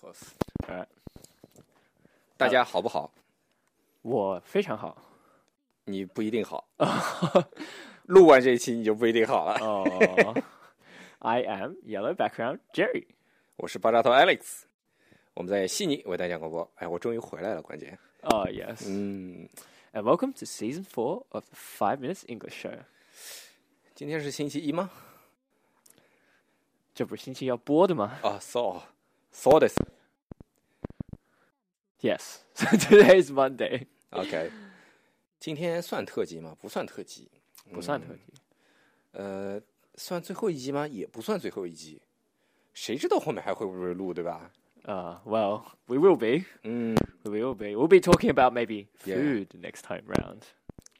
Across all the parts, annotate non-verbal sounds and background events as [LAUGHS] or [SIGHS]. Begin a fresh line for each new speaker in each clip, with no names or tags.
close.
大家好不好？
我非常好
你不一定好。录完这一期你就不一定好了。
哦。I am yellow background Jerry。
我是爆炸头 Alex，我们在悉尼为大家广播。哎，我终于回来了，关键。
Oh yes,
嗯，
and welcome to season four of the Five Minutes English Show.
今天是星期一吗？
这不是星期要播的吗
啊，so，so this。
？Yes, [LAUGHS] so today is Monday，
OK，今天算特辑吗？不算特辑，
不算特辑。
呃，算最后一集吗？也不算最后一集。谁知道后面还会不会录，对吧？
Uh, well, we will be,
嗯
we will be, we'll be talking about maybe
Yeah.
food next time round.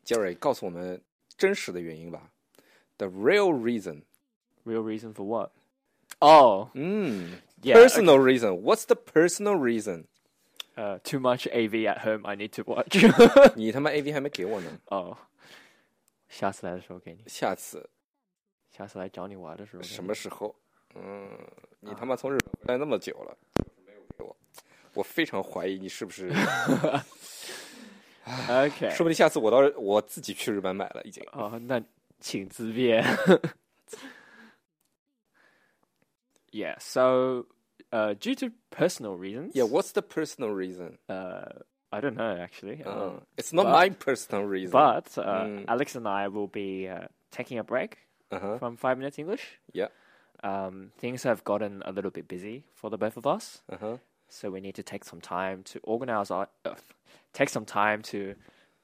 ，Jerry 告诉我们真实的原因吧。The real reason。
Real reason for what? Oh,
嗯
yeah,
personal reason. What's the personal
[LAUGHS]
reason？ [LAUGHS]
uh, too much AV at home. I need to watch. [LAUGHS] Oh.
你他妈 AV 还没给我呢，
哦，下次来的时候给你，
下次
下次来找你玩的时候给你
什么？时候？嗯，你
啊
他妈从日本回来那么久了，就是没有给我，我非常怀疑你是不
[LAUGHS]
是？
OK，
[SIGHS] 说不定下次我到我自己去日本买了已经。
哦，那请自便。yeah, so, uh, due to personal reasons,
Yeah, what's the personal reason?
uh, I don't know actually. Um,
嗯，It's not my personal reason.
but uh,
Oh, Mm.
Alex and I will be uh, taking a break
嗯哼
from Five Minutes English.
Yeah.
Um, things have gotten a little bit busy for the both of us.
嗯哼
So we need to take some time to organize our, uh, take some time to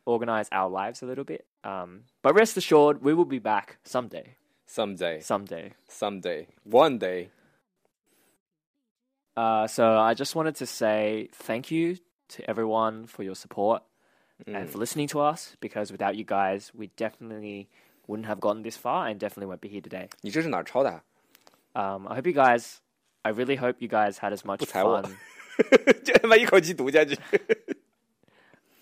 organize our lives a little bit. Um, but rest assured, we will be back someday.
Someday,
Someday.
someday, one day.
Uh, so I just wanted to say thank you to everyone for your support and for listening to us. Because without you guys, we definitely wouldn't have gotten this far and definitely won't be here today.
你这是哪儿抄的
[LAUGHS]
啊？
Um, I hope you guys. I really hope you guys had as much
不踩我。
fun.
就他妈一口气读下去。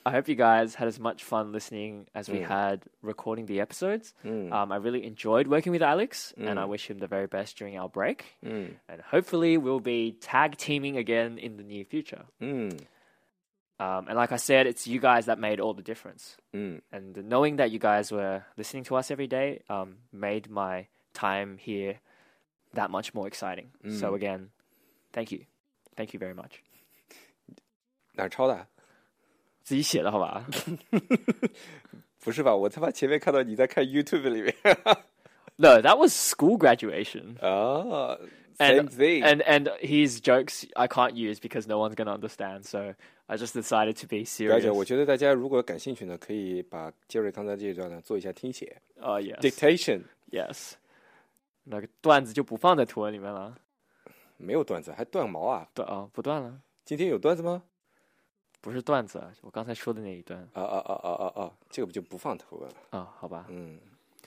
I hope you guys had as much fun listening as we had recording the episodes. Um, I really enjoyed working with Alex, and I wish him the very best during our break. And hopefully, we'll be tag teaming again in the near future.
嗯
Um, and like I said, it's you guys that made all the difference.
嗯
And knowing that you guys were listening to us every day um, made my time here that much more exciting. So, again, thank you. Thank you very much.
哪儿抄的啊？
自己写的好吧？
不是吧？我他妈前面看到你在看 YouTube 里面
[LAUGHS] No, that was school graduation.
啊，same
and,
thing。
and and his jokes I can't use because no one's gonna understand. So I just decided to be
表
serious.
姐，我觉得大家如果感兴趣呢，可以把杰瑞刚才这一段呢做一下听写
Oh yes,
dictation。
yes. 那个段子就不放在图文里面了，
没有段子，还断毛啊？
断哦不断了，
今天有段子吗？
不是段子，我刚才说的那一段
啊啊啊啊啊啊！这个不就不放图文了？
啊、好吧，
嗯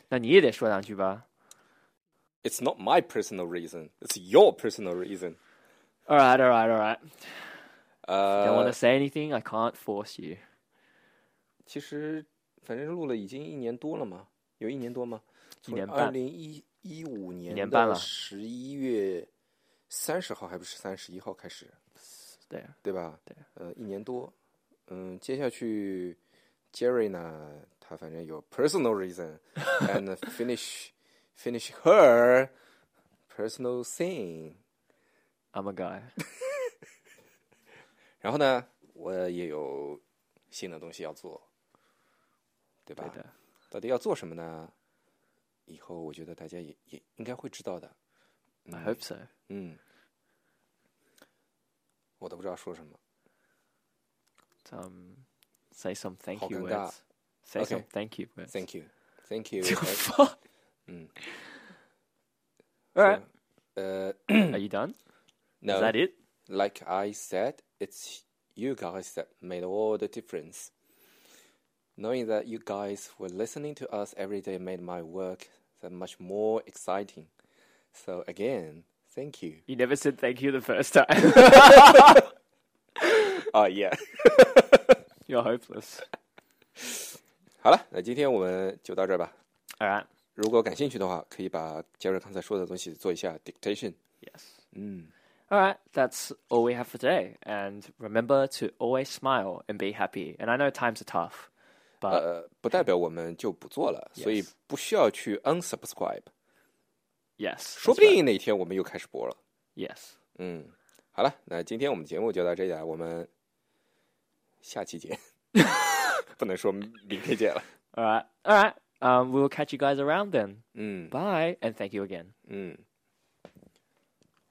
那你也得说两句吧。
，It's not my personal reason, it's your personal reason。
All right, all right, all right. Don't
呃
want to，say anything. I can't force you.
其实反正录了已经一年多了嘛，有一年多吗？
一年
二
半
零一一五年
年半了
十一月三十号还不是三十一号开始，
对，
对吧？
对，
呃，一年多，嗯，接下去 Jerry 呢，他反正有 personal
[LAUGHS]
reason and finish [LAUGHS] finish her personal thing。
I'm a guy.
然后呢，我也有新的东西要做，对吧
对？的，
到底要做什么呢？以后我觉得大家也也应该会知道的。
I hope so.
嗯，我都不知道说什么。
Um, say some thank you
好尴尬。
words. Say
Okay.
some thank you words.
Thank you, thank you.
[LAUGHS] Fuck.
嗯
All right.
呃
[CLEARS THROAT] Are you done?
，No,
Is that it?
like I said, it's you guys that made all the difference. Knowing that you guys were listening to us every day made my work that much more exciting. So again, thank you.
You never said thank you the first time. [LAUGHS]
Oh yeah.
You're hopeless.
[LAUGHS] 好了，那今天我们就到这儿吧。
All right.
如果感兴趣的话，可以把杰瑞刚才说的东西做一下 dictation。
Yes.
嗯，
All right, that's all we have for today. And remember to always smile and be happy. And I know times are tough, but
呃，不代表我们就不做了，所以
Yes
不需要去 unsubscribe，
yes,
说
that's
不
right.
定哪天我们又开始播了。
yes.
嗯，好了，那今天我们节目就到这里了，我们下期见。 [LAUGHS] 不能说明天见了。
All right, all right. Um, we will catch you guys around then.
嗯
Bye, and thank you again.
嗯。